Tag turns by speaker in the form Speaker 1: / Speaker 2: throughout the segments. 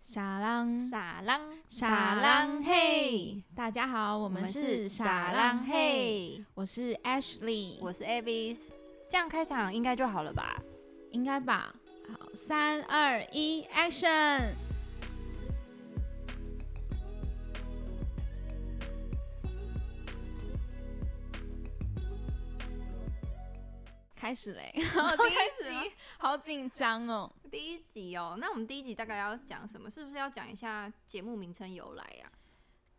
Speaker 1: 傻
Speaker 2: 嗯
Speaker 1: 浪
Speaker 2: 傻浪
Speaker 1: 傻浪嘿，，大家好，我
Speaker 2: 我
Speaker 1: 们
Speaker 2: 们
Speaker 1: 是
Speaker 2: 是
Speaker 1: 傻
Speaker 2: 傻
Speaker 1: 浪
Speaker 2: 浪
Speaker 1: 嘿，
Speaker 2: 嘿，
Speaker 1: 我是 Ashley，
Speaker 2: 我是 Avis，这样开场应该就好了吧？
Speaker 1: 应该吧？好，三二一，Action！开始 嘞，好，第一
Speaker 2: 哦始了
Speaker 1: 集好紧张哦。
Speaker 2: 第一集哦，那我们第一集大概要讲什么？是不是要讲一下节目名称由来呀、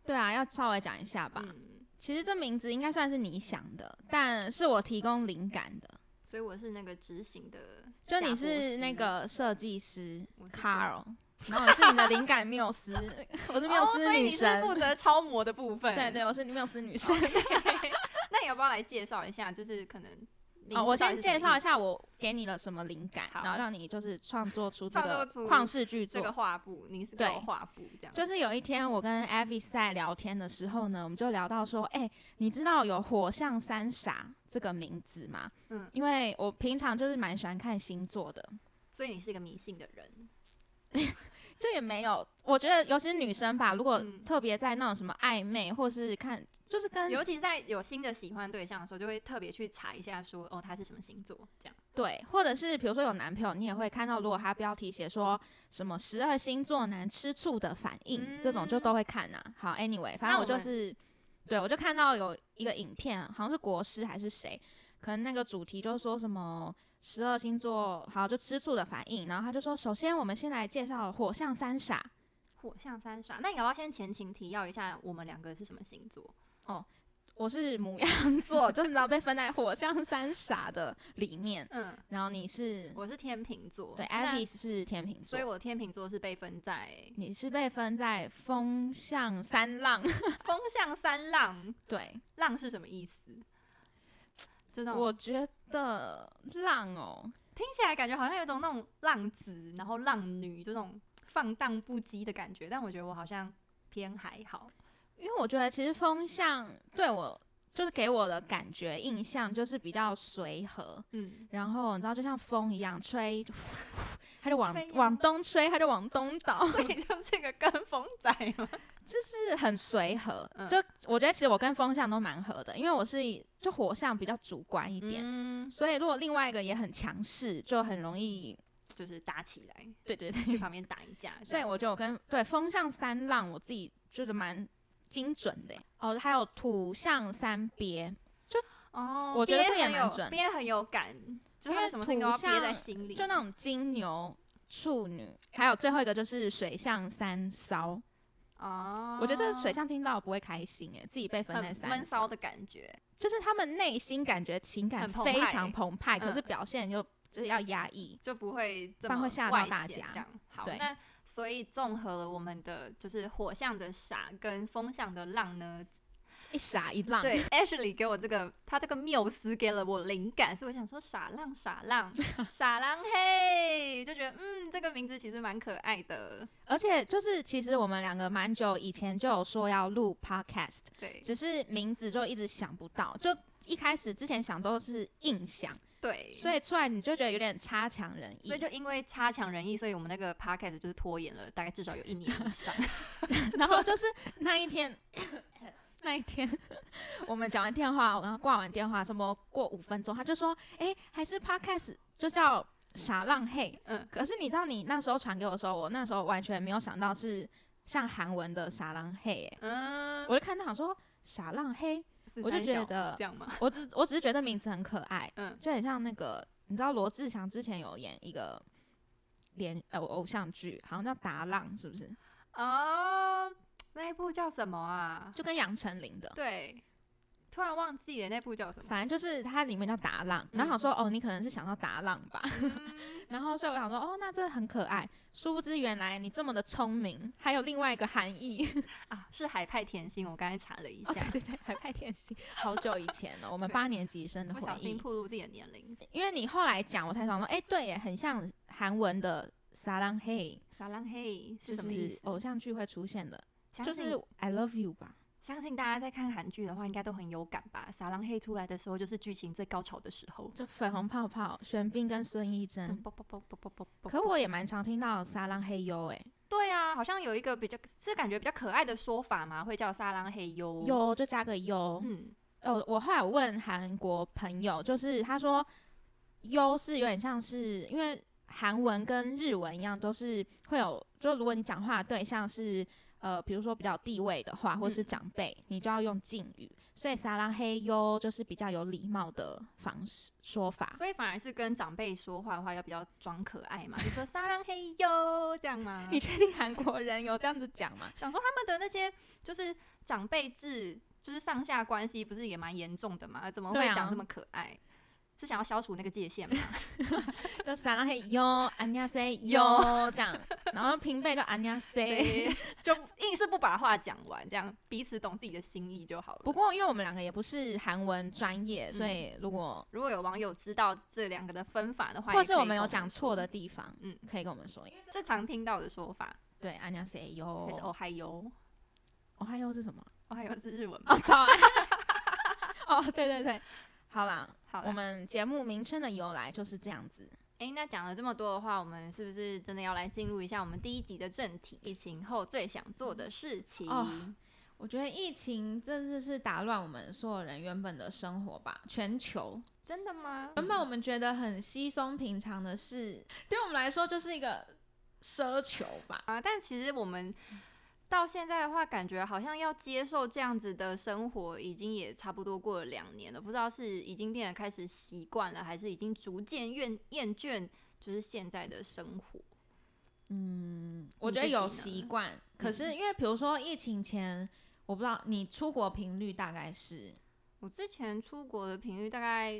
Speaker 1: 对啊，要稍微讲一下吧。
Speaker 2: 嗯，
Speaker 1: 其实这名字应该算是你想的，但是我提供灵感的。
Speaker 2: 所以我是那个执行的
Speaker 1: 就
Speaker 2: 贾伯斯，
Speaker 1: 你是那个设计师
Speaker 2: 我是设
Speaker 1: Carl，然后我是你的灵感缪 斯，我是缪
Speaker 2: 哦，
Speaker 1: 斯
Speaker 2: 所以
Speaker 1: 女
Speaker 2: 你是哦
Speaker 1: 神。
Speaker 2: 负责超模的部分。
Speaker 1: 对对，我是缪斯女神。
Speaker 2: 那你要不要来介绍一下？就是可能名字
Speaker 1: 哦好，我
Speaker 2: 到
Speaker 1: 先
Speaker 2: 底是什么
Speaker 1: 介绍
Speaker 2: 意
Speaker 1: 一下我给你了什么灵感，
Speaker 2: 好
Speaker 1: 然后让你就是创作出这
Speaker 2: 创
Speaker 1: 个
Speaker 2: 作出
Speaker 1: 旷世巨
Speaker 2: 思这个
Speaker 1: 作。
Speaker 2: 画布，你是给
Speaker 1: 对
Speaker 2: 我画布这样。
Speaker 1: 就是有一天我跟 Abby 在聊天的时候呢，我们就聊到说，哎、你知道有“火象三傻”这个名字吗？
Speaker 2: 嗯，
Speaker 1: 因为我平常就是蛮喜欢看星座的，
Speaker 2: 所以你是一个迷信的人，
Speaker 1: 这也没有，我觉得尤其是女生吧，如果
Speaker 2: 嗯
Speaker 1: 特别在那种什么暧昧，或是看，就是跟
Speaker 2: 尤其在有新的喜欢对象的时候，就会特别去查一下说，哦，他是什么星座这样。
Speaker 1: 对，或者是比如说有男朋友，你也会看到，如果他标题写说什么十二星座男吃醋的反应，
Speaker 2: 嗯
Speaker 1: 这种就都会看呐、好，anyway，反正我
Speaker 2: 我
Speaker 1: 就
Speaker 2: 们
Speaker 1: 是，对我就看到有一个影片，好像是国师还是谁，可能那个主题就说什么。十二星座好，就吃醋的反应，然后他就说，首先我们先来介绍火象三傻，
Speaker 2: 火象三傻，那你要不要先前情提要一下，我们两个是什么星座？
Speaker 1: 我是母羊座， 就是你知道被分在火象三傻的里面，
Speaker 2: 嗯，
Speaker 1: 然后你是
Speaker 2: 我是天秤座。
Speaker 1: 对
Speaker 2: 那
Speaker 1: Abby 是天秤座
Speaker 2: 所以，我天秤座是被分在
Speaker 1: 你是被分在风象三浪，
Speaker 2: 风象三浪，
Speaker 1: 对，
Speaker 2: 浪是什么意思？就那种
Speaker 1: 我觉得浪哦，
Speaker 2: 听起来感觉好像有种那种浪子，然后浪女这种放荡不羁的感觉，但我觉得我好像偏还好。
Speaker 1: 因为我觉得其实风象对我就是给我的感觉印象就是比较随和，
Speaker 2: 嗯，
Speaker 1: 然后你知道就像风一样吹， 它就往
Speaker 2: 吹呀
Speaker 1: 往东吹，它就往东倒，
Speaker 2: 所以就是个跟风仔嘛。
Speaker 1: 就是很随和。
Speaker 2: 嗯
Speaker 1: 就我觉得其实我跟风象都蛮合的，因为我是就火象比较主观一点。
Speaker 2: 嗯，
Speaker 1: 所以，如果另外一个也很强势，就很容易，
Speaker 2: 就是打起来，
Speaker 1: 对对对，
Speaker 2: 去旁边打一架。
Speaker 1: 所以我就有跟对风象三浪，我自己觉得蛮精准的耶哦。还有土象三憋，
Speaker 2: 哦，
Speaker 1: 我觉得
Speaker 2: 憋
Speaker 1: 这也
Speaker 2: 很有
Speaker 1: 蛮准
Speaker 2: 憋很有感，就
Speaker 1: 因为
Speaker 2: 他们什么事情都要
Speaker 1: 土
Speaker 2: 憋
Speaker 1: 象
Speaker 2: 在心里。
Speaker 1: 就那种金牛、处女，还有最后一个就是水象三骚。
Speaker 2: 哦，
Speaker 1: 我觉得水象听到不会开心哎，自己被分在
Speaker 2: 很
Speaker 1: 三
Speaker 2: 闷骚的感觉。
Speaker 1: 就是他们内心感觉情感
Speaker 2: 很澎
Speaker 1: 非
Speaker 2: 湃
Speaker 1: 常澎湃，可
Speaker 2: 嗯
Speaker 1: 是表现就就是要压抑。
Speaker 2: 就不会这
Speaker 1: 不然
Speaker 2: 么
Speaker 1: 会吓到
Speaker 2: 外
Speaker 1: 大
Speaker 2: 显
Speaker 1: 家
Speaker 2: 这样好，
Speaker 1: 对
Speaker 2: 那所以综合了我们的就是火象的傻跟风象的浪呢，
Speaker 1: 一傻一浪，
Speaker 2: 对 Ashley 给我这个他这个缪斯给了我灵感，所以我想说傻浪傻 浪傻浪嘿，就觉得嗯这个名字其实蛮可爱的，
Speaker 1: 而且就是其实我们两个蛮久以前就有说要录 podcast，
Speaker 2: 对
Speaker 1: 只是名字就一直想不到，就一开始之前想都是硬想，
Speaker 2: 对，
Speaker 1: 所以出来你就觉得有点差强人意
Speaker 2: 所以。就因为差强人意，所以我们那个 podcast 就是拖延了大概至少有一年以上，
Speaker 1: 然后就是那一天， 那一天 我们讲完电话，然后挂完电话，差不多过五分钟，他就说：“哎、还是 podcast 就叫傻浪嘿。”
Speaker 2: 嗯，
Speaker 1: 可是你知道你那时候传给我的时候，我那时候完全没有想到是像韩文的傻浪嘿、哎
Speaker 2: 嗯，
Speaker 1: 我就看到想说傻浪嘿，
Speaker 2: 是
Speaker 1: 我就
Speaker 2: 三
Speaker 1: 觉
Speaker 2: 小
Speaker 1: 得
Speaker 2: 这样吗？
Speaker 1: 我只我只是觉得名字很可爱，
Speaker 2: 嗯
Speaker 1: 就很像那个，你知道罗志祥之前有演一个连呃偶像剧，好像叫《达浪》，是不是？
Speaker 2: 哦，那一部叫什么啊？
Speaker 1: 就跟杨丞琳的，
Speaker 2: 对，突然忘记了那部叫什么。
Speaker 1: 反正就是它里面叫达浪。然
Speaker 2: 嗯
Speaker 1: 后想说、哦，你可能是想到达浪吧， 然后所以我想说哦，那这很可爱。殊不知原来你这么的聪明，还有另外一个含义。
Speaker 2: 啊，是海派甜心，我刚才查了一
Speaker 1: 哦，
Speaker 2: 下，
Speaker 1: 对对对， 还派甜心，好久以前了，我们八年级生的
Speaker 2: 不
Speaker 1: 回
Speaker 2: 小心
Speaker 1: 忆。
Speaker 2: 暴露自己的年龄。
Speaker 1: 因为你后来讲，我才想说，哎、对耶，很像韩文的撒浪嘿。
Speaker 2: 撒浪嘿
Speaker 1: 就是
Speaker 2: 什么意
Speaker 1: 是
Speaker 2: 思？
Speaker 1: 偶像剧会出现的，
Speaker 2: 相
Speaker 1: 就
Speaker 2: 信
Speaker 1: 是 I love you 吧。
Speaker 2: 相信大家在看韩剧的话，应该都很有感吧？撒浪嘿出来的时候，就是剧情最高潮的时候。
Speaker 1: 就粉红泡泡，玄彬跟孙艺珍。
Speaker 2: 嗯啵啵啵啵啵啵啵啵
Speaker 1: 可我也蛮常听到撒浪嘿呦哎，
Speaker 2: 对啊，好像有一个比较是感觉比较可爱的说法嘛，会叫沙朗嘿优。，
Speaker 1: 优就加个优。
Speaker 2: 嗯，
Speaker 1: 呃，我后来问韩国朋友，就是他说优是有点像是，因为韩文跟日文一样，都是会有，就如果你讲话的对象是呃，比如说比较有地位的话，或是
Speaker 2: 嗯
Speaker 1: 长辈，你就要用敬语。所以撒拉嘿优就是比较有礼貌的方式说法。
Speaker 2: 所以反而是跟长辈说话的话，要比较装可爱嘛，就说沙朗嘿优这样吗？
Speaker 1: 你确定韩国人有这样子讲吗？
Speaker 2: 想说他们的那些就是长辈制，就是上下关系，不是也蛮严重的嘛？怎么
Speaker 1: 对
Speaker 2: 会
Speaker 1: 啊
Speaker 2: 讲这么可爱？是想要消除那个界限吗？
Speaker 1: 就撒拉嘿优，安尼亚塞优 这样，然后平辈就安尼亚塞。
Speaker 2: 就硬是不把话讲完，这样彼此懂自己的心意就好了。
Speaker 1: 不过，因为我们两个也不是韩文专业，所以如果、
Speaker 2: 如果有网友知道这两个的分法的话，
Speaker 1: 或者
Speaker 2: 也
Speaker 1: 是
Speaker 2: 可以
Speaker 1: 我们有
Speaker 2: 跟
Speaker 1: 讲
Speaker 2: 说
Speaker 1: 错的，地方，嗯
Speaker 2: 嗯，
Speaker 1: 可以跟我们说。因为
Speaker 2: 这常听到的说法
Speaker 1: 对，安家 say
Speaker 2: 还是
Speaker 1: 哟，
Speaker 2: 哦嗨哟，
Speaker 1: 哦嗨哟是 什么？
Speaker 2: 哦嗨哟是日文吗？
Speaker 1: 哦，早安。哦，对对对，好啦，
Speaker 2: 好啦，
Speaker 1: 我们节目名称的由来就是这样子。
Speaker 2: 诶，那讲了这么多的话，我们是不是真的要来进入一下我们第一集的正题？疫情后最想做的事情。
Speaker 1: 哦我觉得疫情真的是打乱我们所有人原本的生活吧，全球。
Speaker 2: 真的吗？
Speaker 1: 原本我们觉得很稀松平常的事，对我们来说就是一个奢求吧。
Speaker 2: 啊，但其实我们到现在的话，感觉好像要接受这样子的生活，已经也差不多过了两年了。不知道是已经变得开始习惯了，还是已经逐渐厌厌倦，就是现在的生活。
Speaker 1: 我觉得
Speaker 2: 你自己
Speaker 1: 有
Speaker 2: 呢嗯
Speaker 1: 习惯，可是因为比如说疫情前，我不知道你出国频率大概是
Speaker 2: 我之前出国的频率大概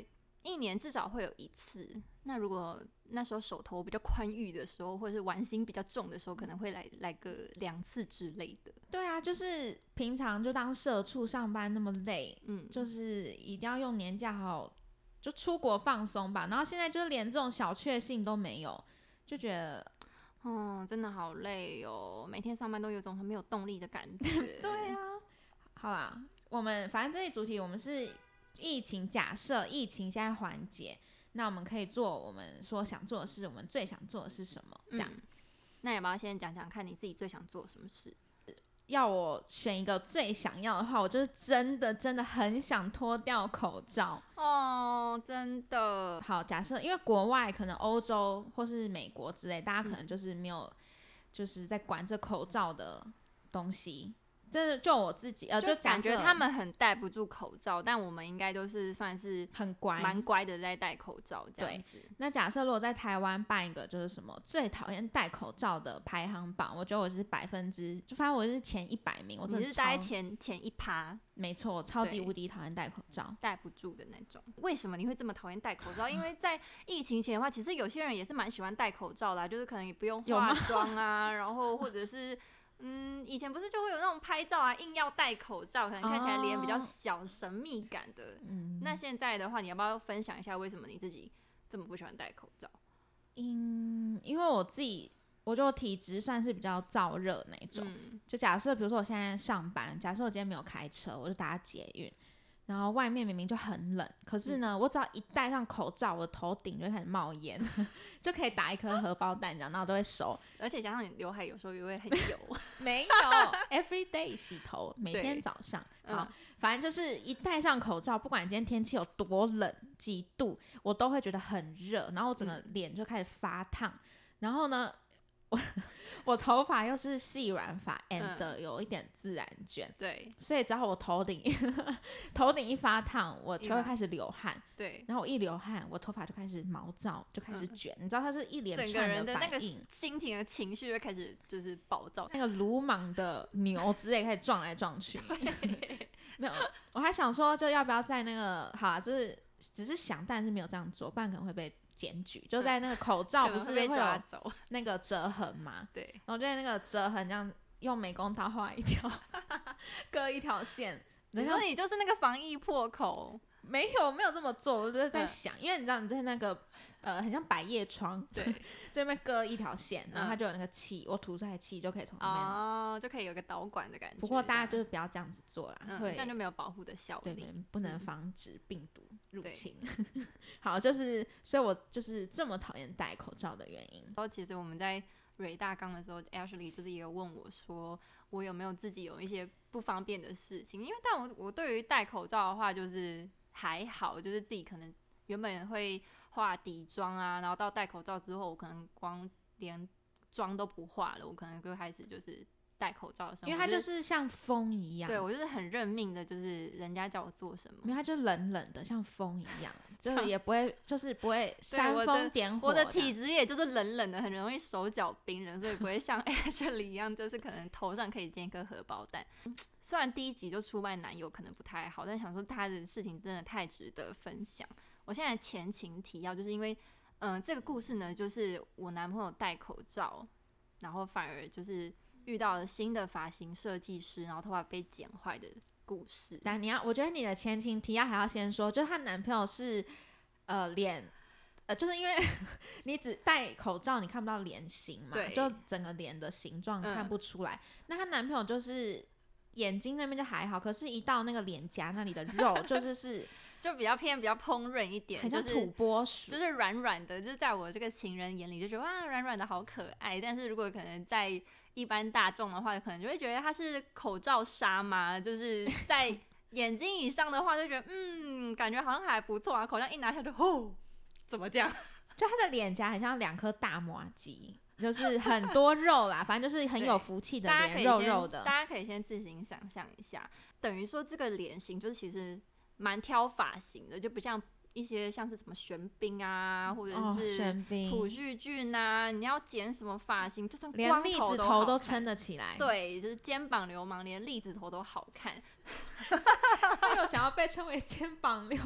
Speaker 2: 一年至少会有一次。那如果那时候手头比较宽裕的时候，或者是玩心比较重的时候，可能会来来个两次之类的。
Speaker 1: 对啊，就是平常就当社畜上班那么累，
Speaker 2: 嗯，
Speaker 1: 就是一定要用年假好好就出国放松吧。然后现在就连这种小确幸都没有，就觉得
Speaker 2: 哦，真的好累哦，每天上班都有种很没有动力的感 觉。
Speaker 1: 对啊，好啦，我们反正这一主题我们是疫情，假设疫情现在缓解，那我们可以做我们说想做的事，我们最想做的是什么？这样、
Speaker 2: 嗯那要不要先讲讲看你自己最想做什么事？
Speaker 1: 要我选一个最想要的话，我就是真的真的很想脱掉口罩。
Speaker 2: 哦，真的，
Speaker 1: 好，假设因为国外可能欧洲或是美国之类，
Speaker 2: 嗯
Speaker 1: 大家可能就是没有，就是在管这口罩的东西。这就我自己，呃，
Speaker 2: 就
Speaker 1: 假
Speaker 2: 感觉
Speaker 1: 设
Speaker 2: 他们很戴不住口罩，但我们应该都是算是
Speaker 1: 很乖。
Speaker 2: 蛮乖的在戴口罩这
Speaker 1: 对
Speaker 2: 样子。
Speaker 1: 那假设如果在台湾办一个就是什么最讨厌戴口罩的排行榜，我觉得我是百分之，就反正我是前一百名，我哦真
Speaker 2: 你
Speaker 1: 的
Speaker 2: 是待
Speaker 1: 超
Speaker 2: 前前一趴
Speaker 1: 没错，我超级
Speaker 2: 对
Speaker 1: 无敌讨厌戴口罩。
Speaker 2: 戴不住的那种。为什么你会这么讨厌戴口 罩？因为在疫情前的话，其实有些人也是蛮喜欢戴口罩的啊、就是可能也不用
Speaker 1: 有吗
Speaker 2: 化妆啊， 然后或者是。嗯，以前不是就会有那种拍照啊，硬要戴口罩，可能看起来脸比较
Speaker 1: 哦
Speaker 2: 小，神秘感的。
Speaker 1: 嗯，
Speaker 2: 那现在的话，你要不要分享一下为什么你自己这么不喜欢戴口罩？
Speaker 1: 嗯，因为我自己，我就体质算是比较燥热那种。
Speaker 2: 嗯，
Speaker 1: 就假设，比如说我现在上班，假设我今天没有开车，我就搭捷运，然后外面明明就很冷，可
Speaker 2: 嗯
Speaker 1: 是呢，我只要一戴上口罩，我的头顶就会开始冒烟， 就可以打一颗荷包蛋，然后都会 熟。
Speaker 2: 而且加上你刘海有时候也会很 油，
Speaker 1: 没有，every day 洗头，每天
Speaker 2: 对
Speaker 1: 早上。
Speaker 2: 嗯
Speaker 1: 好，反正就是一戴上口罩，不管今天天气有多冷，几度，我都会觉得很热，然后我整个
Speaker 2: 嗯
Speaker 1: 脸就开始发烫。然后呢， 我我头发又是细软发
Speaker 2: 嗯
Speaker 1: ，and 有一点自然卷，
Speaker 2: 对
Speaker 1: 所以只要我头顶 头顶一发烫，我就会
Speaker 2: 一发
Speaker 1: 开始流汗。
Speaker 2: 对，
Speaker 1: 然后我一流汗，我头发就开始毛躁，就开始
Speaker 2: 嗯
Speaker 1: 卷。你知道，它是一连
Speaker 2: 整个
Speaker 1: 串
Speaker 2: 人的那
Speaker 1: 反
Speaker 2: 个
Speaker 1: 应。
Speaker 2: 心情和情绪会开始就是暴躁，
Speaker 1: 那个鲁莽的牛之类开始撞来撞 去。没有，我还想说，就要不要在那个好、啊，就是只是想，但是没有这样做，不然可能会被检举。就在那个口罩
Speaker 2: 可
Speaker 1: 不
Speaker 2: 能
Speaker 1: 是
Speaker 2: 会
Speaker 1: 会
Speaker 2: 被抓
Speaker 1: 有
Speaker 2: 走。
Speaker 1: 那个折痕嘛，
Speaker 2: 对，
Speaker 1: 然后就在那个折痕这样用美工刀画一条， 割一条线。
Speaker 2: 你
Speaker 1: 然
Speaker 2: 说
Speaker 1: 后
Speaker 2: 你就是那个防疫破口，
Speaker 1: 没有没有这么做，我就是在
Speaker 2: 嗯
Speaker 1: 想，因为你知道你在那个呃，很像百叶窗，
Speaker 2: 对，
Speaker 1: 这边割一条线，然后它
Speaker 2: 嗯
Speaker 1: 就有那个气，我吐出来的气就可以从那边
Speaker 2: 哦，就可以有个导管的感觉。
Speaker 1: 不过大家
Speaker 2: 这样
Speaker 1: 就是不要这样子做啦，
Speaker 2: 嗯，
Speaker 1: 会
Speaker 2: 这样就没有保护的效
Speaker 1: 对
Speaker 2: 力。
Speaker 1: 对，不能
Speaker 2: 嗯
Speaker 1: 防止病毒入
Speaker 2: 对
Speaker 1: 侵。 好，就是所以我就是这么讨厌戴口罩的原因。
Speaker 2: 嗯然后其实我们在蕊大纲的时候，Ashley 就是也有问我说，我有没有自己有一些不方便的事情？因为但我我对于戴口罩的话，就是还好，就是自己可能原本会化底妆啊，然后到戴口罩之后，我可能光连妆都不化了，我可能就开始就是戴口罩的生
Speaker 1: 因
Speaker 2: 活，
Speaker 1: 为它就是是像风一样，
Speaker 2: 对我就是很认命的，就是人家叫我做什么
Speaker 1: 没有，，它就冷冷的，像风一 样，就
Speaker 2: 样
Speaker 1: 是也不会，就是不会煽
Speaker 2: 我的
Speaker 1: 风点火
Speaker 2: 我的
Speaker 1: 这
Speaker 2: 体
Speaker 1: 样
Speaker 2: 质也就是冷冷的，很容易手脚冰冷，所以不会像 Ashley 一样，就是可能头上可以煎一颗荷包蛋。虽然第一集就出卖男友可能不太好，但想说他的事情真的太值得分享。我现在前情提要，就是因为，嗯、这个故事呢，就是我男朋友戴口罩，然后反而就是遇到了新的发型设计师，然后头发被剪坏的故事。
Speaker 1: 但你要，我觉得你的前情提要还要先说，就是她男朋友是呃脸，呃，就是因为 你只戴口罩，你看不到脸型嘛，
Speaker 2: 对
Speaker 1: 就整个脸的形状
Speaker 2: 嗯
Speaker 1: 看不出来。那她男朋友就是眼睛那边就还好，可是一到那个脸颊那里的 肉，就是是
Speaker 2: 就比较偏比较烹饪一点，
Speaker 1: 很像
Speaker 2: 就是
Speaker 1: 土拨鼠。
Speaker 2: 就是软软的，就是在我这个情人眼里就觉得哇，软软的好可爱。但是如果可能在一般大众的话，可能就会觉得它是口罩纱嘛，就是 在眼睛以上的话，就觉得嗯，感觉好像还不错啊。口罩一拿下就吼，怎么这样？
Speaker 1: 就他的脸颊很像两颗大麻鸡，就是很多肉啦，反正就是很有
Speaker 2: 对
Speaker 1: 福气的
Speaker 2: 大家可
Speaker 1: 脸，
Speaker 2: 以
Speaker 1: 肉
Speaker 2: 先
Speaker 1: 肉的
Speaker 2: 大。家可以先自行想象一下，等于说这个脸型就是其实蛮挑发型的，就不像一些像是什么玄彬啊，或者
Speaker 1: 哦，
Speaker 2: 是、
Speaker 1: 玄
Speaker 2: 朴
Speaker 1: 彬，
Speaker 2: 叙俊呐、你要剪什么发型，就算
Speaker 1: 连
Speaker 2: 光
Speaker 1: 栗子
Speaker 2: 好
Speaker 1: 头都
Speaker 2: 看
Speaker 1: 撑得起来。，
Speaker 2: 对，就是肩膀流氓，连栗子头都好看。
Speaker 1: 他有想要被称为肩膀流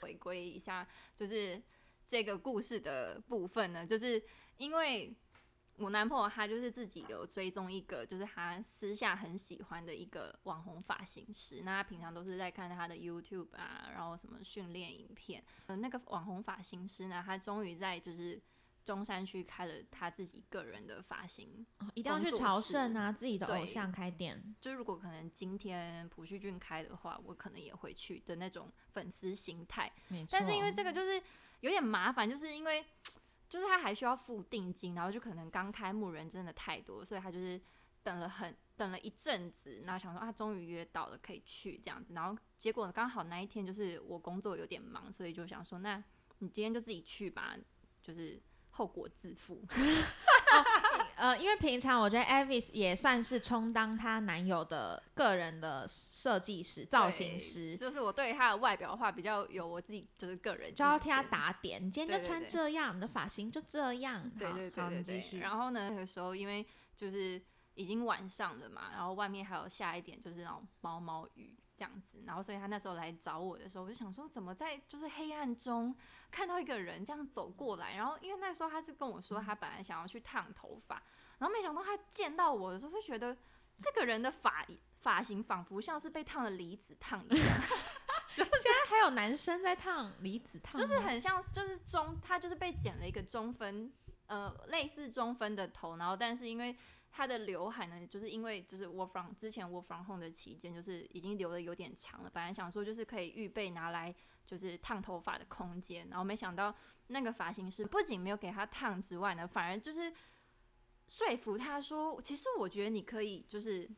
Speaker 2: 回归一下，就是这个故事的部分呢，就是因为我男朋友他就是自己有追踪一个，就是他私下很喜欢的一个网红发型师，那他平常都是在看他的 YouTube 啊，然后什么训练影片。呃，那个网红发型师呢，他终于在就是中山区开了他自己个人的发型
Speaker 1: 哦一定要去
Speaker 2: 工作
Speaker 1: 朝
Speaker 2: 室
Speaker 1: 圣啊，自己的偶
Speaker 2: 对
Speaker 1: 像开店。
Speaker 2: 就如果可能今天朴叙俊开的话，我可能也会去的那种粉丝心态。
Speaker 1: 没错，
Speaker 2: 但是因为这个就是有点麻烦，就是因为就是他还需要付定金，然后就可能刚开幕人真的太多，所以他就是等了很等了一阵子，然后想说啊，终于约到了可以去这样子，然后结果刚好那一天就是我工作有点忙，所以就想说，那你今天就自己去吧，就是后果自负。
Speaker 1: 呃，因为平常我觉得 Avis 也算是充当她男友的个人的设计师、造型
Speaker 2: 对
Speaker 1: 师，
Speaker 2: 就是我对他的外表的话比较有我自己就是个人
Speaker 1: 就要
Speaker 2: 意
Speaker 1: 替她
Speaker 2: 见
Speaker 1: 打点。你今天
Speaker 2: 对
Speaker 1: 就
Speaker 2: 对
Speaker 1: 穿
Speaker 2: 对
Speaker 1: 这样，你的发型就这样。
Speaker 2: 对
Speaker 1: 好
Speaker 2: 对
Speaker 1: 好，
Speaker 2: 对
Speaker 1: 你
Speaker 2: 对
Speaker 1: 继
Speaker 2: 对。
Speaker 1: 续。
Speaker 2: 然后呢，那个时候因为就是已经晚上了嘛，然后外面还有下一点就是那种毛毛雨这样子，然后所以他那时候来找我的时候，我就想说怎么在就是黑暗中看到一个人这样走过来，然后因为那时候他是跟我说
Speaker 1: 嗯
Speaker 2: 他本来想要去烫头发，然后没想到他见到我的时候就觉得这个人的发发型仿佛像是被烫了离子烫一样。
Speaker 1: 现在还有男生在烫离子烫吗，
Speaker 2: 就是很像，就是中，他就是被剪了一个中分，呃，类似中分的头，然后但是因为他的刘海呢，就是因为就是 work from 之前 work from home 的期间，就是已经留的有点长了，本来想说就是可以预备拿来就是烫头发的空间，然后没想到那个发型师不仅没有给他烫之外呢，反而就是说服他说，其实我觉得你可以就是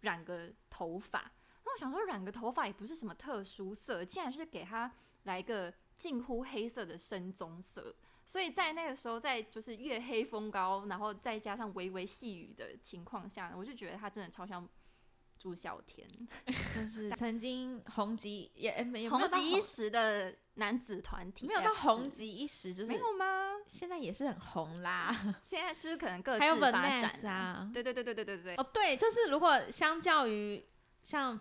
Speaker 2: 染个头发。那我想说，染个头发也不是什么特殊色，竟然是给他来一个近乎黑色的深棕色。所以在那个时候，在就是月黑风高，然后再加上微微细雨的情况下，我就觉得他真的超像朱孝天，
Speaker 1: 就是曾经红极也也没有没有
Speaker 2: 红
Speaker 1: 到
Speaker 2: 极一时的男子团体，
Speaker 1: 没有到红，极一时，就是
Speaker 2: 没有吗？
Speaker 1: 现在也是很红啦。
Speaker 2: 现在就是可能 各自
Speaker 1: 还有
Speaker 2: 发展
Speaker 1: Vanessa 啊
Speaker 2: 对对对对对对对，
Speaker 1: 哦，对，就是如果相较于像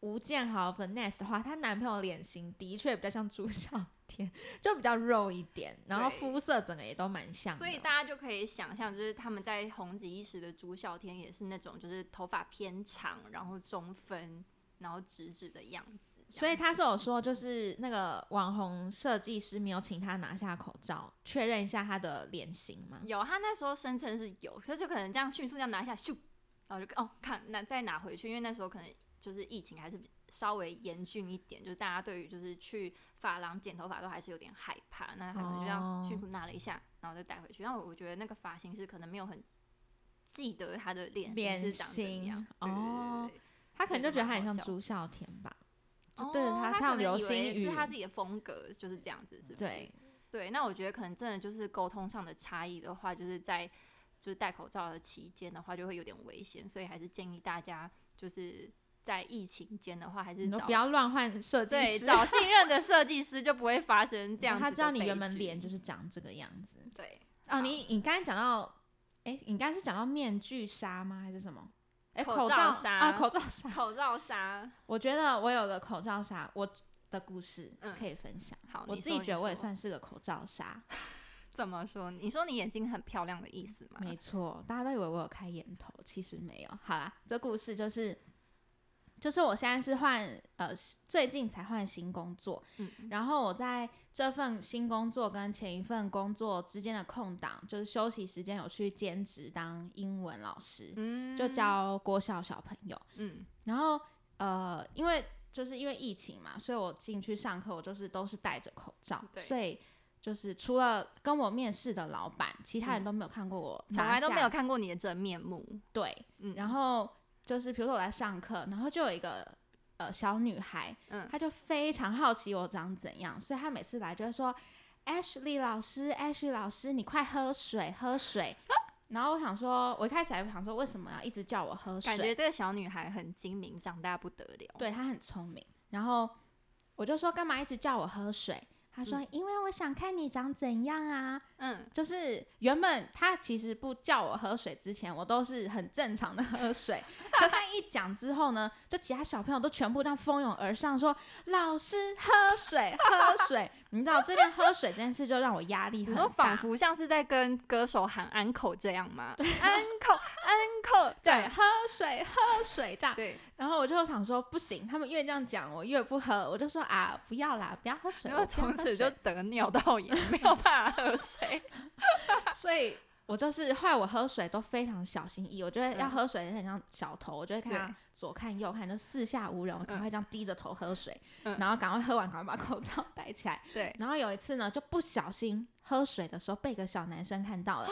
Speaker 1: 吴建豪 Vanessa 的话，她男朋友脸型的确比较像朱孝天，就比较肉一点，然后
Speaker 2: 对
Speaker 1: 肤色整个也都蛮像的。
Speaker 2: 所以大家就可以想象，就是他们在红极一时的朱孝天也是那种就是头发偏长，然后中分，然后直直的样子。这样
Speaker 1: 所以他是有说，就是那个网红设计师没有请他拿下口罩，确认一下他的脸型嘛。
Speaker 2: 有，他那时候声称是有，所以就可能这样迅速这样拿下，咻，然后就哦看那再拿回去，因为那时候可能就是疫情还是比稍微严峻一点，就是大家对于就是去发廊剪头发都还是有点害怕，那他可能就这样
Speaker 1: 哦
Speaker 2: 迅速拿了一下，然后再带回去。那我我觉得那个发型师可能没有很记得他的脸
Speaker 1: 脸
Speaker 2: 型是长怎
Speaker 1: 型，
Speaker 2: 样对对对
Speaker 1: 哦
Speaker 2: 对对
Speaker 1: 他可能就觉得他很像
Speaker 2: 这个蛮好笑
Speaker 1: 朱孝天吧，
Speaker 2: 哦
Speaker 1: 就对着
Speaker 2: 他可
Speaker 1: 像
Speaker 2: 能
Speaker 1: 流
Speaker 2: 以
Speaker 1: 星
Speaker 2: 为
Speaker 1: 雨，
Speaker 2: 是他自己的风格就是这样子，是不是？
Speaker 1: 对，
Speaker 2: 对，那我觉得可能真的就是沟通上的差异的话，就是在就是戴口罩的期间的话，就会有点危险，所以还是建议大家就是在疫情间的话，还是
Speaker 1: 你都
Speaker 2: 找
Speaker 1: 不要乱换设计
Speaker 2: 对
Speaker 1: 师，
Speaker 2: 找信任的设计师，就不会发生这样子的
Speaker 1: 他
Speaker 2: 悲剧。
Speaker 1: 知道你原本脸就是长这个样子。
Speaker 2: 对
Speaker 1: 哦，
Speaker 2: 好
Speaker 1: 你你刚才讲到，哎、你刚才是讲到面具杀吗？还是什么？哎、
Speaker 2: 口
Speaker 1: 口
Speaker 2: 罩
Speaker 1: 罩
Speaker 2: 杀
Speaker 1: 啊，口罩杀。
Speaker 2: 口罩杀。
Speaker 1: 我觉得我有个口罩杀，我的故事
Speaker 2: 嗯
Speaker 1: 可以分享。
Speaker 2: 好，
Speaker 1: 我
Speaker 2: 你
Speaker 1: 自己
Speaker 2: 说
Speaker 1: 觉得
Speaker 2: 你
Speaker 1: 我也
Speaker 2: 说
Speaker 1: 算是个口罩杀，
Speaker 2: 怎么说？你说你眼睛很漂亮的意思吗？
Speaker 1: 没错，大家都以为我有开眼头，其实没有。好啦，这故事就是，就是我现在是换呃，最近才换新工作，
Speaker 2: 嗯
Speaker 1: 然后我在这份新工作跟前一份工作之间的空档，就是休息时间有去兼职当英文老师，
Speaker 2: 嗯
Speaker 1: 就教国小小朋友。
Speaker 2: 嗯
Speaker 1: 然后呃，因为就是因为疫情嘛，所以我进去上课，我就是都是戴着口罩，
Speaker 2: 对
Speaker 1: 所以就是除了跟我面试的老板，其他人
Speaker 2: 嗯
Speaker 1: 都没有看过我，
Speaker 2: 从来都没有。看过你的真面目。
Speaker 1: 对，
Speaker 2: 嗯，
Speaker 1: 然后就是比如说我在上课，然后就有一个呃小女孩，
Speaker 2: 嗯
Speaker 1: 她就非常好奇我长怎样，所以她每次来就会说：“Ashley 老师，Ashley 老师，你快喝水，喝水。” 然后我想说，我一开始还想说，为什么要一直叫我喝水？
Speaker 2: 感觉这个小女孩很精明，长大不得了。
Speaker 1: 对她很聪明。然后我就说干嘛一直叫我喝水？她说、因为我想看你长怎样啊。
Speaker 2: 嗯，
Speaker 1: 就是原本她其实不叫我喝水之前，我都是很正常的喝水。可她一讲之后呢，就其他小朋友都全部这样蜂拥而上说，老师喝水，喝水。你知道这件喝水这件事就让我压力
Speaker 2: 你
Speaker 1: 很
Speaker 2: 说仿
Speaker 1: 大。
Speaker 2: 佛像是在跟歌手喊 uncle 这样吗？uncle uncle 这
Speaker 1: 对，
Speaker 2: 样
Speaker 1: 喝水，喝水这样。
Speaker 2: 啊对，
Speaker 1: 然后我就想说，不行，他们越这样讲，我越不喝。我就说啊，不要啦，不要喝水，
Speaker 2: 然
Speaker 1: 我不
Speaker 2: 后
Speaker 1: 要
Speaker 2: 从
Speaker 1: 喝
Speaker 2: 此就
Speaker 1: 水
Speaker 2: 得尿道炎，没有办法喝水。
Speaker 1: 所以我就是后来我喝水都非常小心翼翼，我觉得要
Speaker 2: 嗯
Speaker 1: 喝水很像小偷，我就会看
Speaker 2: 对
Speaker 1: 他左看右看，就四下无人，我赶快这样低着头喝水，
Speaker 2: 嗯
Speaker 1: 然后赶快喝完，赶快把口罩戴起来。
Speaker 2: 对，
Speaker 1: 然后有一次呢，就不小心喝水的时候被一个小男生看 到了，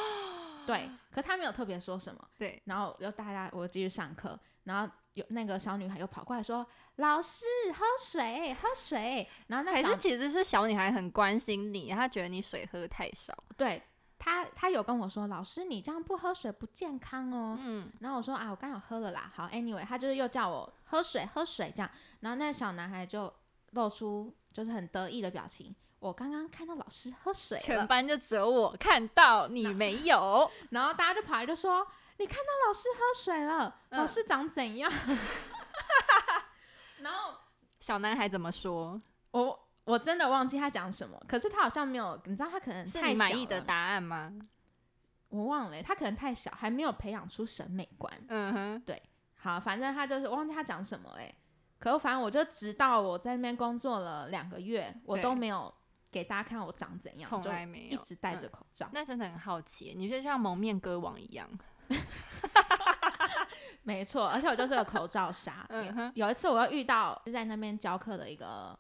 Speaker 1: 对，可他没有特别说什么，
Speaker 2: 对，
Speaker 1: 然后又大家我继续上课，然后。有那个小女孩又跑过来说：“老师，喝水，喝水。”然后那
Speaker 2: 还
Speaker 1: 小
Speaker 2: 是其实是小女孩很关心你，她觉得你水喝太少。
Speaker 1: 对她，她有跟我说：“老师，你这样不喝水不健康哦。”
Speaker 2: 嗯，
Speaker 1: 然后我说啊，我刚好喝了啦。好，anyway，他就是又叫我喝水，喝水这样。然后那小男孩就露出就是很得意的表情。我刚刚看到老师喝水
Speaker 2: 全
Speaker 1: 了，
Speaker 2: 班就只有我看到，你没有。
Speaker 1: 然后大家就跑来就说：“你看到老师喝水了，老
Speaker 2: 嗯
Speaker 1: 师长怎样？” 然后
Speaker 2: 小男孩怎么说？
Speaker 1: 我我真的忘记他讲什么，可是他好像没有，你知道他可能
Speaker 2: 是
Speaker 1: 太
Speaker 2: 你满
Speaker 1: 小
Speaker 2: 意的
Speaker 1: 了
Speaker 2: 答案吗？
Speaker 1: 我忘了欸，他可能太小，还没有培养出审美观。
Speaker 2: 嗯哼，
Speaker 1: 好，反正他就是我忘记他讲什么嘞、可反正我就直到我在那边工作了两个月，我
Speaker 2: 对
Speaker 1: 都没有给大家看我长怎样，
Speaker 2: 从
Speaker 1: 就
Speaker 2: 来没
Speaker 1: 一
Speaker 2: 有。嗯
Speaker 1: 直戴着口罩。
Speaker 2: 那真的很好奇，你就像蒙面歌王一样。
Speaker 1: 没错，而且我就是有口罩杀。
Speaker 2: 嗯哼
Speaker 1: 有有一次我又遇到是在那边教课的一个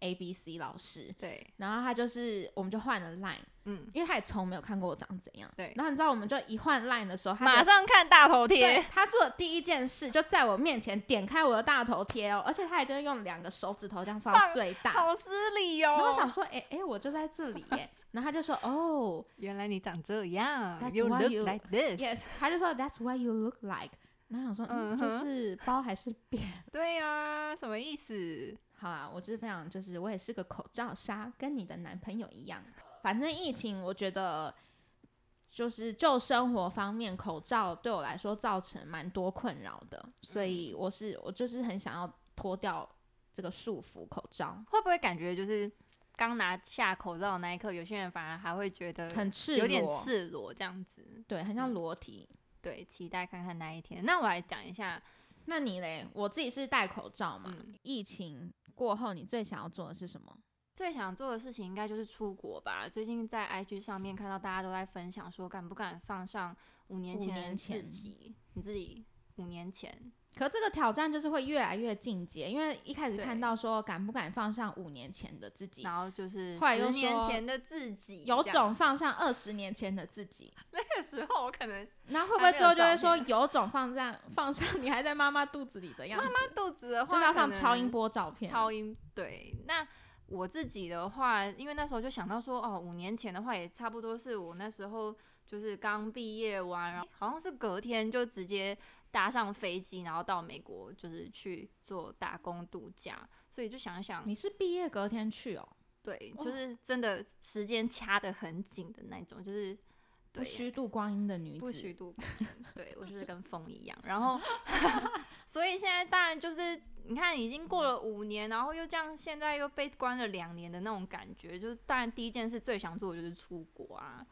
Speaker 1: A B C 老师，
Speaker 2: 对，
Speaker 1: 然后他就是我们就换了 line，
Speaker 2: 嗯，
Speaker 1: 因为他也从没有看过我长怎样。
Speaker 2: 对
Speaker 1: 然后你知道我们就一换 line 的时候，他就
Speaker 2: 马上看大头
Speaker 1: 对
Speaker 2: 贴。
Speaker 1: 他做的第一件事就在我面前点开我的大头贴哦，而且他还就是用两个手指头这样放
Speaker 2: 放
Speaker 1: 最大，
Speaker 2: 好失礼
Speaker 1: 然后
Speaker 2: 哦！
Speaker 1: 我想说，哎、哎、我就在这里 耶。然后他就说，哦、
Speaker 2: 原来你长这样
Speaker 1: That's
Speaker 2: ，You
Speaker 1: why
Speaker 2: look
Speaker 1: you-
Speaker 2: like this。
Speaker 1: y e s 他就说 That's what you look like。然后想说，嗯，这
Speaker 2: 嗯哼
Speaker 1: 是包还是扁？
Speaker 2: 对呀、什么意思？
Speaker 1: 好啊，我就是非常，就是我也是个口罩杀，跟你的男朋友一样。反正疫情，我觉得就是就生活方面，口罩对我来说造成蛮多困扰的，所
Speaker 2: 嗯
Speaker 1: 以我是我就是很想要脱掉这个束缚口罩，
Speaker 2: 会不会感觉就是刚拿下口罩的那一刻，有些人反而还会觉得
Speaker 1: 很赤裸，
Speaker 2: 呃有点，赤裸这样子？
Speaker 1: 对，很像
Speaker 2: 嗯
Speaker 1: 裸体。
Speaker 2: 对，期待看看那一天。那我来讲一下，
Speaker 1: 那你嘞？我自己是戴口罩嘛。
Speaker 2: 嗯
Speaker 1: 疫情过后，你最想要做的是什么？
Speaker 2: 最想做的事情应该就是出国吧。最近在 IG 上面看到大家都在分享说，敢不敢放上五年
Speaker 1: 五
Speaker 2: 前
Speaker 1: 年
Speaker 2: 的自
Speaker 1: 前
Speaker 2: 己？你自己五年前
Speaker 1: 可这个挑战就是会越来越进阶，因为一开始
Speaker 2: 对
Speaker 1: 看到说敢不敢放上五年前的自己，
Speaker 2: 然后就是
Speaker 1: 后来又
Speaker 2: 十年
Speaker 1: 说
Speaker 2: 前的自己，
Speaker 1: 有
Speaker 2: 这样
Speaker 1: 种放上二十年前的自己，
Speaker 2: 那个时候，我可能
Speaker 1: 然后会不
Speaker 2: 还
Speaker 1: 会
Speaker 2: 没
Speaker 1: 最后
Speaker 2: 有
Speaker 1: 就会
Speaker 2: 照
Speaker 1: 说有种放上放上你还在妈妈肚子里的样子，
Speaker 2: 那肚子的话，
Speaker 1: 就是要放超音波照片，
Speaker 2: 超音对。那我自己的话，因为那时候就想到说，哦，五年前的话也差不多是我那时候就是刚毕业完，然后好像是隔天就直接搭上飞机，然后到美国就是去做打工度假，所以就想一想，
Speaker 1: 你是毕业隔天去哦，
Speaker 2: 对，
Speaker 1: 哇
Speaker 2: 就是真的时间掐得很紧的那种，就是
Speaker 1: 不
Speaker 2: 对。啊
Speaker 1: 虚度光阴的女
Speaker 2: 不
Speaker 1: 子，
Speaker 2: 许度，对我就是跟风一样。然后， 所以现在当然就是你看，已经过了五年，然后又这样，现在又被关了两年的那种感觉，就是当然第一件事最想做的就是出国啊。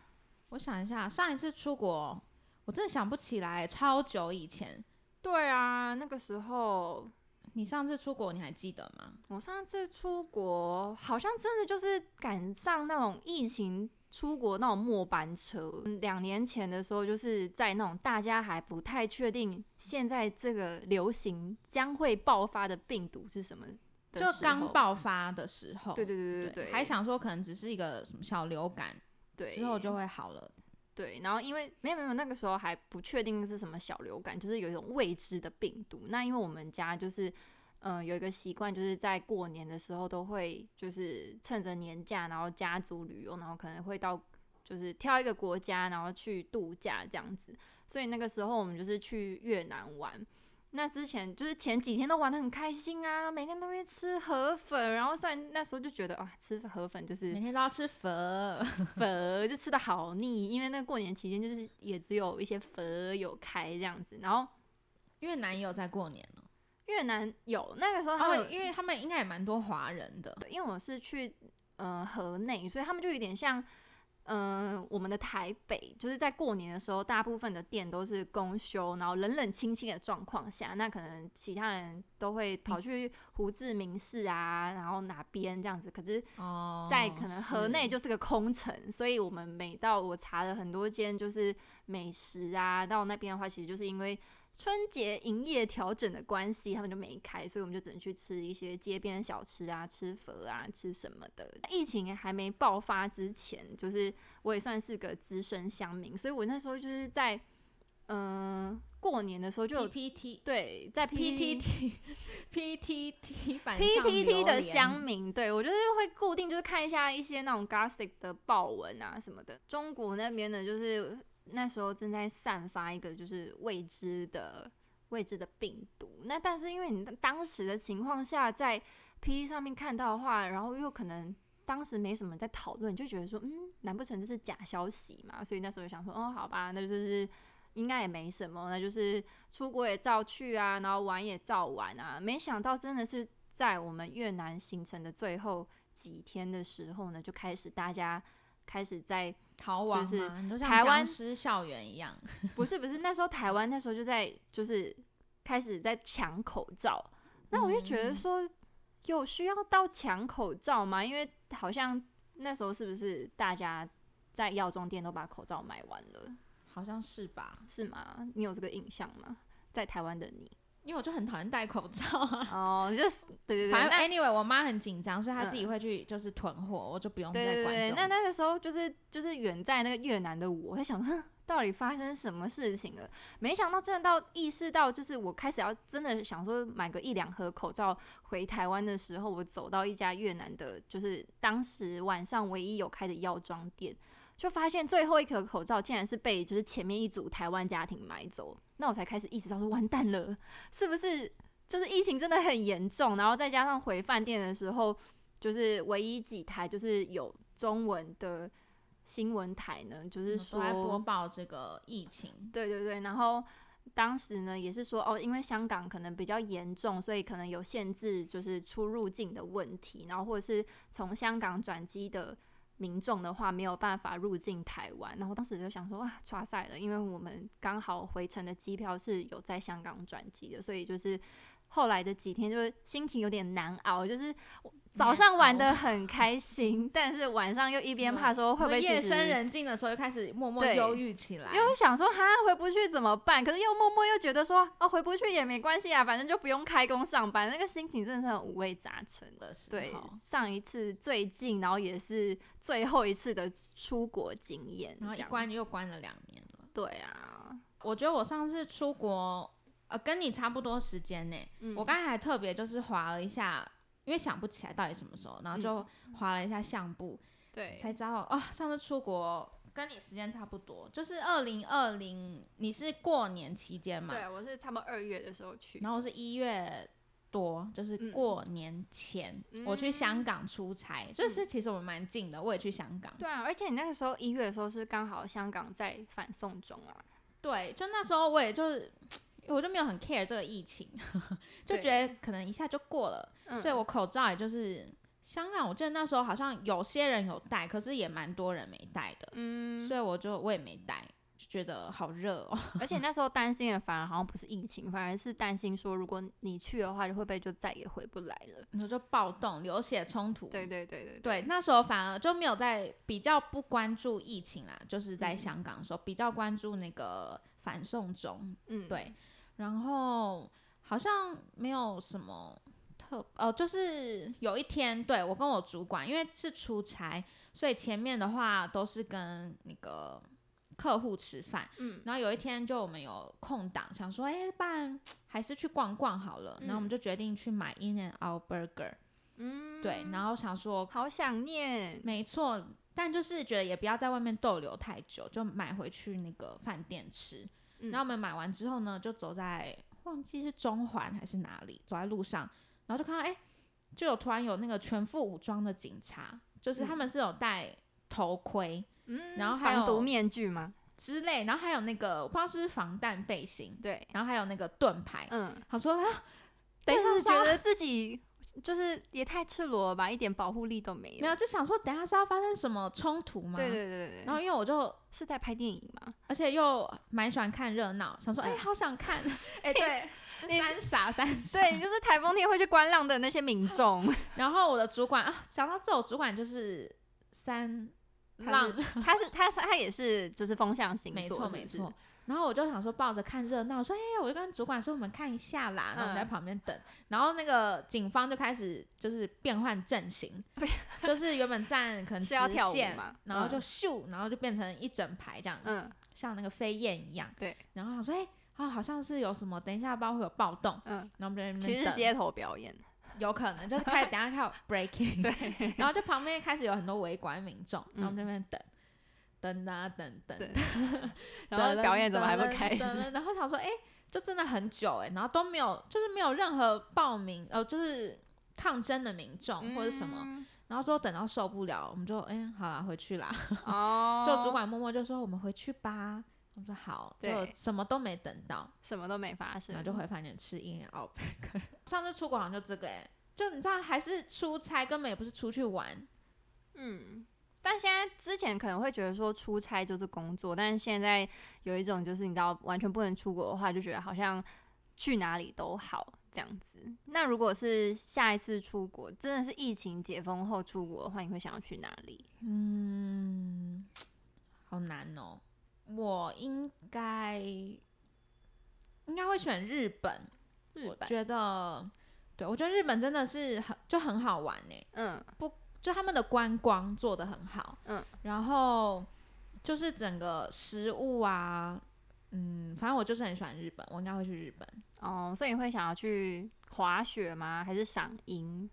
Speaker 1: 我想一下，上一次出国，我真的想不起来，超久以前。
Speaker 2: 对啊，那个时候
Speaker 1: 你上次出国你还记得吗？
Speaker 2: 我上次出国，好像真的就是赶上那种疫情出国那种末班车。嗯两年前的时候，就是在那种大家还不太确定现在这个流行将会爆发的病毒是什么的时
Speaker 1: 就
Speaker 2: 候，
Speaker 1: 刚爆发的时候，
Speaker 2: 对对对对
Speaker 1: 还想说可能只是一个什么小流感，
Speaker 2: 对
Speaker 1: 之后就会好了。
Speaker 2: 对，然后因为没有没有那个时候还不确定是什么小流感，就是有一种未知的病毒。那因为我们家就是。嗯，有一个习惯，就是在过年的时候都会，就是趁着年假，然后家族旅游，然后可能会到，就是挑一个国家，然后去度假这样子。所以那个时候我们就是去越南玩。那之前就是前几天都玩的很开心啊，每天都会吃河粉，然后虽然那时候就觉得啊，吃河粉就是
Speaker 1: 每天都要吃粉，
Speaker 2: 粉就吃的好腻，因为那过年期间就是也只有一些粉有开这样子，然后
Speaker 1: 因为男友在过年哦，
Speaker 2: 越南有那个时候他
Speaker 1: 他
Speaker 2: 们
Speaker 1: 们
Speaker 2: 有，
Speaker 1: 因为他们应该也蛮多华人的，
Speaker 2: 因为我是去呃河内，所以他们就有点像呃我们的台北，就是在过年的时候，大部分的店都是公休，然后冷冷清清的状况下，那可能其他人都会跑去胡志明市啊，然后哪边这样子，可是
Speaker 1: 哦，
Speaker 2: 在可能河内
Speaker 1: 是
Speaker 2: 就是个空城，所以我们每到我查了很多间就是美食啊，到那边的话，其实就是因为春节营业调整的关系，他们就没开，所以我们就只能去吃一些街边的小吃啊，吃粉啊，吃什么的。疫情还没爆发之前，就是我也算是个资深乡民，所以我那时候就是在嗯、呃过年的时候就有
Speaker 1: PPT。
Speaker 2: 对在 PTT
Speaker 1: PTT PTT 版
Speaker 2: PTT 的乡
Speaker 1: 香，
Speaker 2: 民，对我就是会固定就是看一下一些那种 gossip 的报文啊什么的。中国那边的，就是那时候正在散发一个就是未知的未知的病毒。那但是因为你当时的情况下，在 P 上面看到的话，然后又可能当时没什么在讨论，就觉得说，嗯，难不成这是假消息嘛？所以那时候就想说，哦，好吧，那就是应该也没什么，那就是出国也照去啊，然后玩也照玩啊。没想到真的是在我们越南行程的最后几天的时候呢，就开始大家开始 在
Speaker 1: 逃亡
Speaker 2: 就是
Speaker 1: 吗？你就像
Speaker 2: 台湾
Speaker 1: 僵尸校园一样，
Speaker 2: 不是不是，那时候台湾那时候就在就是开始在抢口罩，那我就觉得说有需要到抢口罩吗？因为好像那时候是不是大家在药妆店都把口罩买完了，
Speaker 1: 好像是吧？
Speaker 2: 是吗？你有这个印象吗？在台湾的你
Speaker 1: 因为我就很讨厌戴口罩啊。
Speaker 2: 哦，就是对对对，
Speaker 1: 反
Speaker 2: 那
Speaker 1: 正 anyway，我妈很紧张，所以她自己
Speaker 2: 嗯
Speaker 1: 会去就是囤货，我就不用
Speaker 2: 对
Speaker 1: 再
Speaker 2: 对
Speaker 1: 管
Speaker 2: 对，
Speaker 1: 这
Speaker 2: 那
Speaker 1: 种。
Speaker 2: 那个时候就是就是远在那个越南的我，我在想，哼，到底发生什么事情了？没想到真的到意识到，就是我开始要真的想说买个一两盒口罩回台湾的时候，我走到一家越南的，就是当时晚上唯一有开的药妆店。就发现最后一颗口罩竟然是被就是前面一组台湾家庭买走，那我才开始意识到说完蛋了，是不是就是疫情真的很严重？然后再加上回饭店的时候，就是唯一几台就是有中文的新闻台呢，就是
Speaker 1: 我嗯都在播
Speaker 2: 说，
Speaker 1: 报这个疫情，
Speaker 2: 对对对，然后当时呢也是说哦，因为香港可能比较严重，所以可能有限制就是出入境的问题，然后或者是从香港转机的。民众的话没有办法入境台湾，然后当时就想说哇，抓塞了，因为我们刚好回程的机票是有在香港转机的，所以就是后来的几天就是心情有点难熬，就是早上玩
Speaker 1: 难
Speaker 2: 的很开心，但是晚上又一边怕说会不会其
Speaker 1: 夜
Speaker 2: 实
Speaker 1: 深人静的时候又开始默默
Speaker 2: 对
Speaker 1: 忧郁起来？
Speaker 2: 又想说哈回不去怎么办？可是又默默又觉得说啊回不去也没关系啊，反正就不用开工上班，那个心情真的是很五味杂陈。哦
Speaker 1: 的时
Speaker 2: 对
Speaker 1: 候，，
Speaker 2: 上一次最近，然后也是最后一次的出国经验，
Speaker 1: 然后一
Speaker 2: 这样
Speaker 1: 关又关了两年了。
Speaker 2: 对啊，
Speaker 1: 我觉得我上次出国，呃，跟你差不多时间呢、
Speaker 2: 嗯
Speaker 1: 我刚才还特别就是划了一下，因为想不起来到底什么时候，然后就划了一下相簿，
Speaker 2: 嗯对
Speaker 1: 才知道哦，上次出国跟你时间差不多，就是二零二零，你是过年期间嘛，
Speaker 2: 对，我是差不多二月的时候去，
Speaker 1: 然后我是一月多，就是
Speaker 2: 嗯
Speaker 1: 过年前、我去香港出差，就是其实我们蛮近的，我也去香港。
Speaker 2: 嗯对啊，而且你那个时候一月的时候是刚好香港在反送中啊，
Speaker 1: 对，就那时候我也就是。我就没有很 care 这个疫情， 就
Speaker 2: 对
Speaker 1: 觉得可能一下就过了，
Speaker 2: 嗯、
Speaker 1: 所以我口罩也就是香港，我记得那时候好像有些人有戴，可是也蛮多人没戴的，
Speaker 2: 嗯，
Speaker 1: 所以我就我也没戴，就觉得好热哦。
Speaker 2: 而且那时候担心的反而好像不是疫情，反而是担心说如果你去的话，就会不会就再也回不来了？
Speaker 1: 你说就暴动、流血冲突，
Speaker 2: 对对对对
Speaker 1: 对，那时候反而就没有在比较不关注疫情啦，就是
Speaker 2: 嗯
Speaker 1: 在香港的时候比较关注那个反送中，
Speaker 2: 嗯，
Speaker 1: 对，然后好像没有什么特哦，就是有一天，对我跟我主管，因为是出差，所以前面的话都是跟那个客户吃饭，
Speaker 2: 嗯，
Speaker 1: 然后有一天就我们有空档，想说，哎，不然还是去逛逛好了，然后我们就决定去买 In and Out Burger，
Speaker 2: 嗯，
Speaker 1: 对，然后想说，
Speaker 2: 好想念，
Speaker 1: 没错。但就是觉得也不要在外面逗留太久，就买回去那个饭店吃。
Speaker 2: 嗯
Speaker 1: 然后我们买完之后呢，就走在忘记是中环还是哪里，走在路上，然后就看到哎、诶就有突然有那个全副武装的警察，就是他们是有戴头盔
Speaker 2: 嗯，
Speaker 1: 然后还有
Speaker 2: 防毒面具吗？
Speaker 1: 之类，然后还有那个我不知道是不是防弹背心，
Speaker 2: 对，
Speaker 1: 然后还有那个盾牌。
Speaker 2: 嗯，
Speaker 1: 他说啊，等一
Speaker 2: 就
Speaker 1: 下
Speaker 2: 是
Speaker 1: 是要
Speaker 2: 觉得自己就是也太赤裸了吧，一点保护力都没有。
Speaker 1: 没有，就想说等一下是要发生什么冲突吗？
Speaker 2: 对对对对对，
Speaker 1: 然后因为我就。
Speaker 2: 是在拍电影吗？
Speaker 1: 而且又蛮喜欢看热闹，想说哎、诶好想看， 哎、对，就
Speaker 2: 嗯你
Speaker 1: 三傻三傻。
Speaker 2: 对，就是台风天会去观浪的那些民 众，
Speaker 1: 然后我的主管啊，讲到这，我主管就是三浪，
Speaker 2: 他是他他也是就是风象星座，
Speaker 1: 没错没
Speaker 2: 是不是
Speaker 1: 错。。然后我就想说抱着看热闹，我说哎、我就跟主管说我们看一下啦，然后我们在
Speaker 2: 嗯
Speaker 1: 旁边等。然后那个警方就开始就是变换阵型， 就是原本站可能
Speaker 2: 是要
Speaker 1: 直
Speaker 2: 跳舞
Speaker 1: 线
Speaker 2: 嘛，
Speaker 1: 然后就
Speaker 2: 嗯
Speaker 1: 咻，然后就变成一整排这样，
Speaker 2: 嗯
Speaker 1: 像那个飞燕一样。
Speaker 2: 对。
Speaker 1: 然后想说哎、啊好像是有什么，等一下不知道会有暴动，
Speaker 2: 嗯，
Speaker 1: 然后我们就在那边
Speaker 2: 其实是
Speaker 1: 等
Speaker 2: 街头表演，
Speaker 1: 有可能就是 开始等一下开始 breaking，对， 嗯然后就旁边开始有很多围观民众，然后我们这边等。等啊等等，
Speaker 2: 对 然
Speaker 1: 然
Speaker 2: 后表演怎么还不开始？
Speaker 1: 然后想说，哎、就真的很久哎、然后都没有，就是没有任何报名，呃，就是抗争的民众或者什么，
Speaker 2: 么
Speaker 1: 然后之后等到受不了，我们就，哎、好啦，回去啦。
Speaker 2: 哦，
Speaker 1: 就主管默默就说，我们回去吧。我们说好，就
Speaker 2: 对
Speaker 1: 什么都没等到，
Speaker 2: 什么都没发生
Speaker 1: 然后，就回饭店吃 In and Out Burger。上 次出国好像就这个哎、就你知道还是出差，根本也不是出去玩，
Speaker 2: 嗯。但现在之前可能会觉得说出差就是工作，但是现在有一种就是你知道完全不能出国的话，就觉得好像去哪里都好这样子。那如果是下一次出国，真的是疫情解封后出国的话，你会想要去哪里？
Speaker 1: 嗯，好难哦。我应该应该会选日本，
Speaker 2: 日
Speaker 1: 我
Speaker 2: 本，
Speaker 1: 觉得，对我觉得日本真的是很就很好玩呢，
Speaker 2: 嗯
Speaker 1: 就他们的观光做得很好，
Speaker 2: 嗯，
Speaker 1: 然后就是整个食物啊，嗯，反正我就是很喜欢日本，我应该会去日本。
Speaker 2: 哦，所以你会想要去滑雪吗？还是赏樱？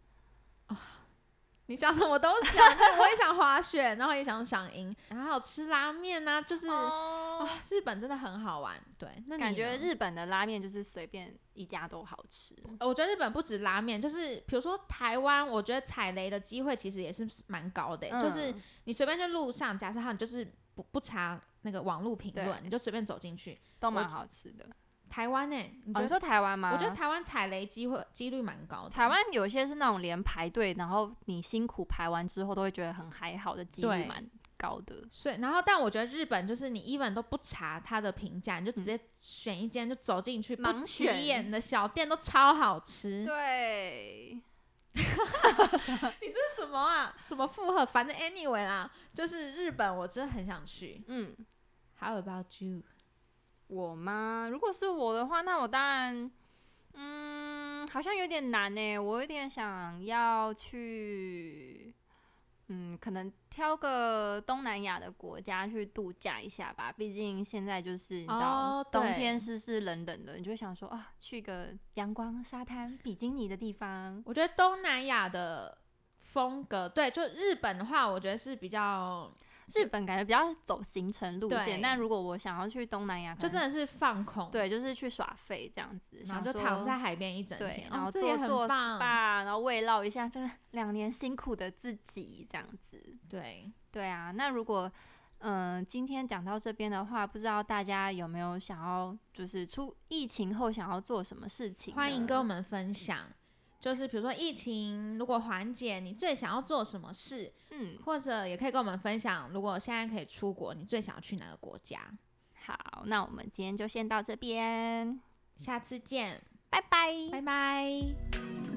Speaker 1: 你想什么都想， 对我也想滑雪，然后也想赏樱，然后还有吃拉面啊，就是、
Speaker 2: 哦，
Speaker 1: 啊，日本真的很好玩。对，那你
Speaker 2: 感觉
Speaker 1: 呢
Speaker 2: 日本的拉面就是随便一家都好吃。
Speaker 1: 呃我觉得日本不止拉面，就是比如说台湾，我觉得踩雷的机会其实也是蛮高的欸、就是
Speaker 2: 嗯
Speaker 1: 你随便在路上，假设哈，你就是不不查那个网络评论，你就随便走进去。
Speaker 2: 都蛮好吃的。
Speaker 1: 台湾呢、你
Speaker 2: 哦，
Speaker 1: 觉
Speaker 2: 你
Speaker 1: 得？
Speaker 2: 说台湾吗？
Speaker 1: 我觉得台湾踩雷机会几率蛮高的。
Speaker 2: 台湾有些是那种连排队，然后你辛苦排完之后都会觉得很还好的几率
Speaker 1: 对
Speaker 2: 蛮高的。
Speaker 1: 所以，然后，但我觉得日本就是你 even 都不查它的评价，你就直接选一间就走进去，
Speaker 2: 嗯盲
Speaker 1: 不起
Speaker 2: 选
Speaker 1: 眼的小店都超好
Speaker 2: 嗯
Speaker 1: 吃。
Speaker 2: 对，
Speaker 1: 你这是什么啊？什么复合？反正 anyway 啦，就是日本，我真的很想去。
Speaker 2: 嗯，
Speaker 1: How about you？
Speaker 2: 我吗？如果是我的话，那我当然，嗯，好像有点难呢、我有点想要去，嗯，可能挑个东南亚的国家去度假一下吧。毕竟现在就是你知道，
Speaker 1: 哦
Speaker 2: 冬
Speaker 1: 对
Speaker 2: 天湿湿冷冷的，你就会想说啊，去个阳光、沙滩、比基尼的地方。
Speaker 1: 我觉得东南亚的风格，对，就日本的话，我觉得是比较，
Speaker 2: 日本感觉比较走行程路线，
Speaker 1: 对
Speaker 2: 但如果我想要去东南亚，可
Speaker 1: 就
Speaker 2: 能
Speaker 1: 真的是放空，，
Speaker 2: 对，就是去耍废这样子，
Speaker 1: 然后
Speaker 2: 想
Speaker 1: 就
Speaker 2: 说
Speaker 1: 躺在海边一整
Speaker 2: 对
Speaker 1: 天，，
Speaker 2: 然后
Speaker 1: 哦、这
Speaker 2: 做
Speaker 1: 也
Speaker 2: 做
Speaker 1: 很棒，
Speaker 2: SPA，然后慰劳一下这 两年辛苦的自己，这样子。
Speaker 1: 对，
Speaker 2: 对啊，那如果嗯、呃今天讲到这边的话，不知道大家有没有想要就是出疫情后想要做什么事情？
Speaker 1: 欢迎跟我。们分享。就是比如说疫情如果缓解，你最想要做什么事，
Speaker 2: 嗯，
Speaker 1: 或者也可以跟我们分享，如果现在可以出国，你最想要去哪个国家？
Speaker 2: 好，那我们今天就先到这边，
Speaker 1: 下次见，
Speaker 2: 拜拜。
Speaker 1: 拜拜。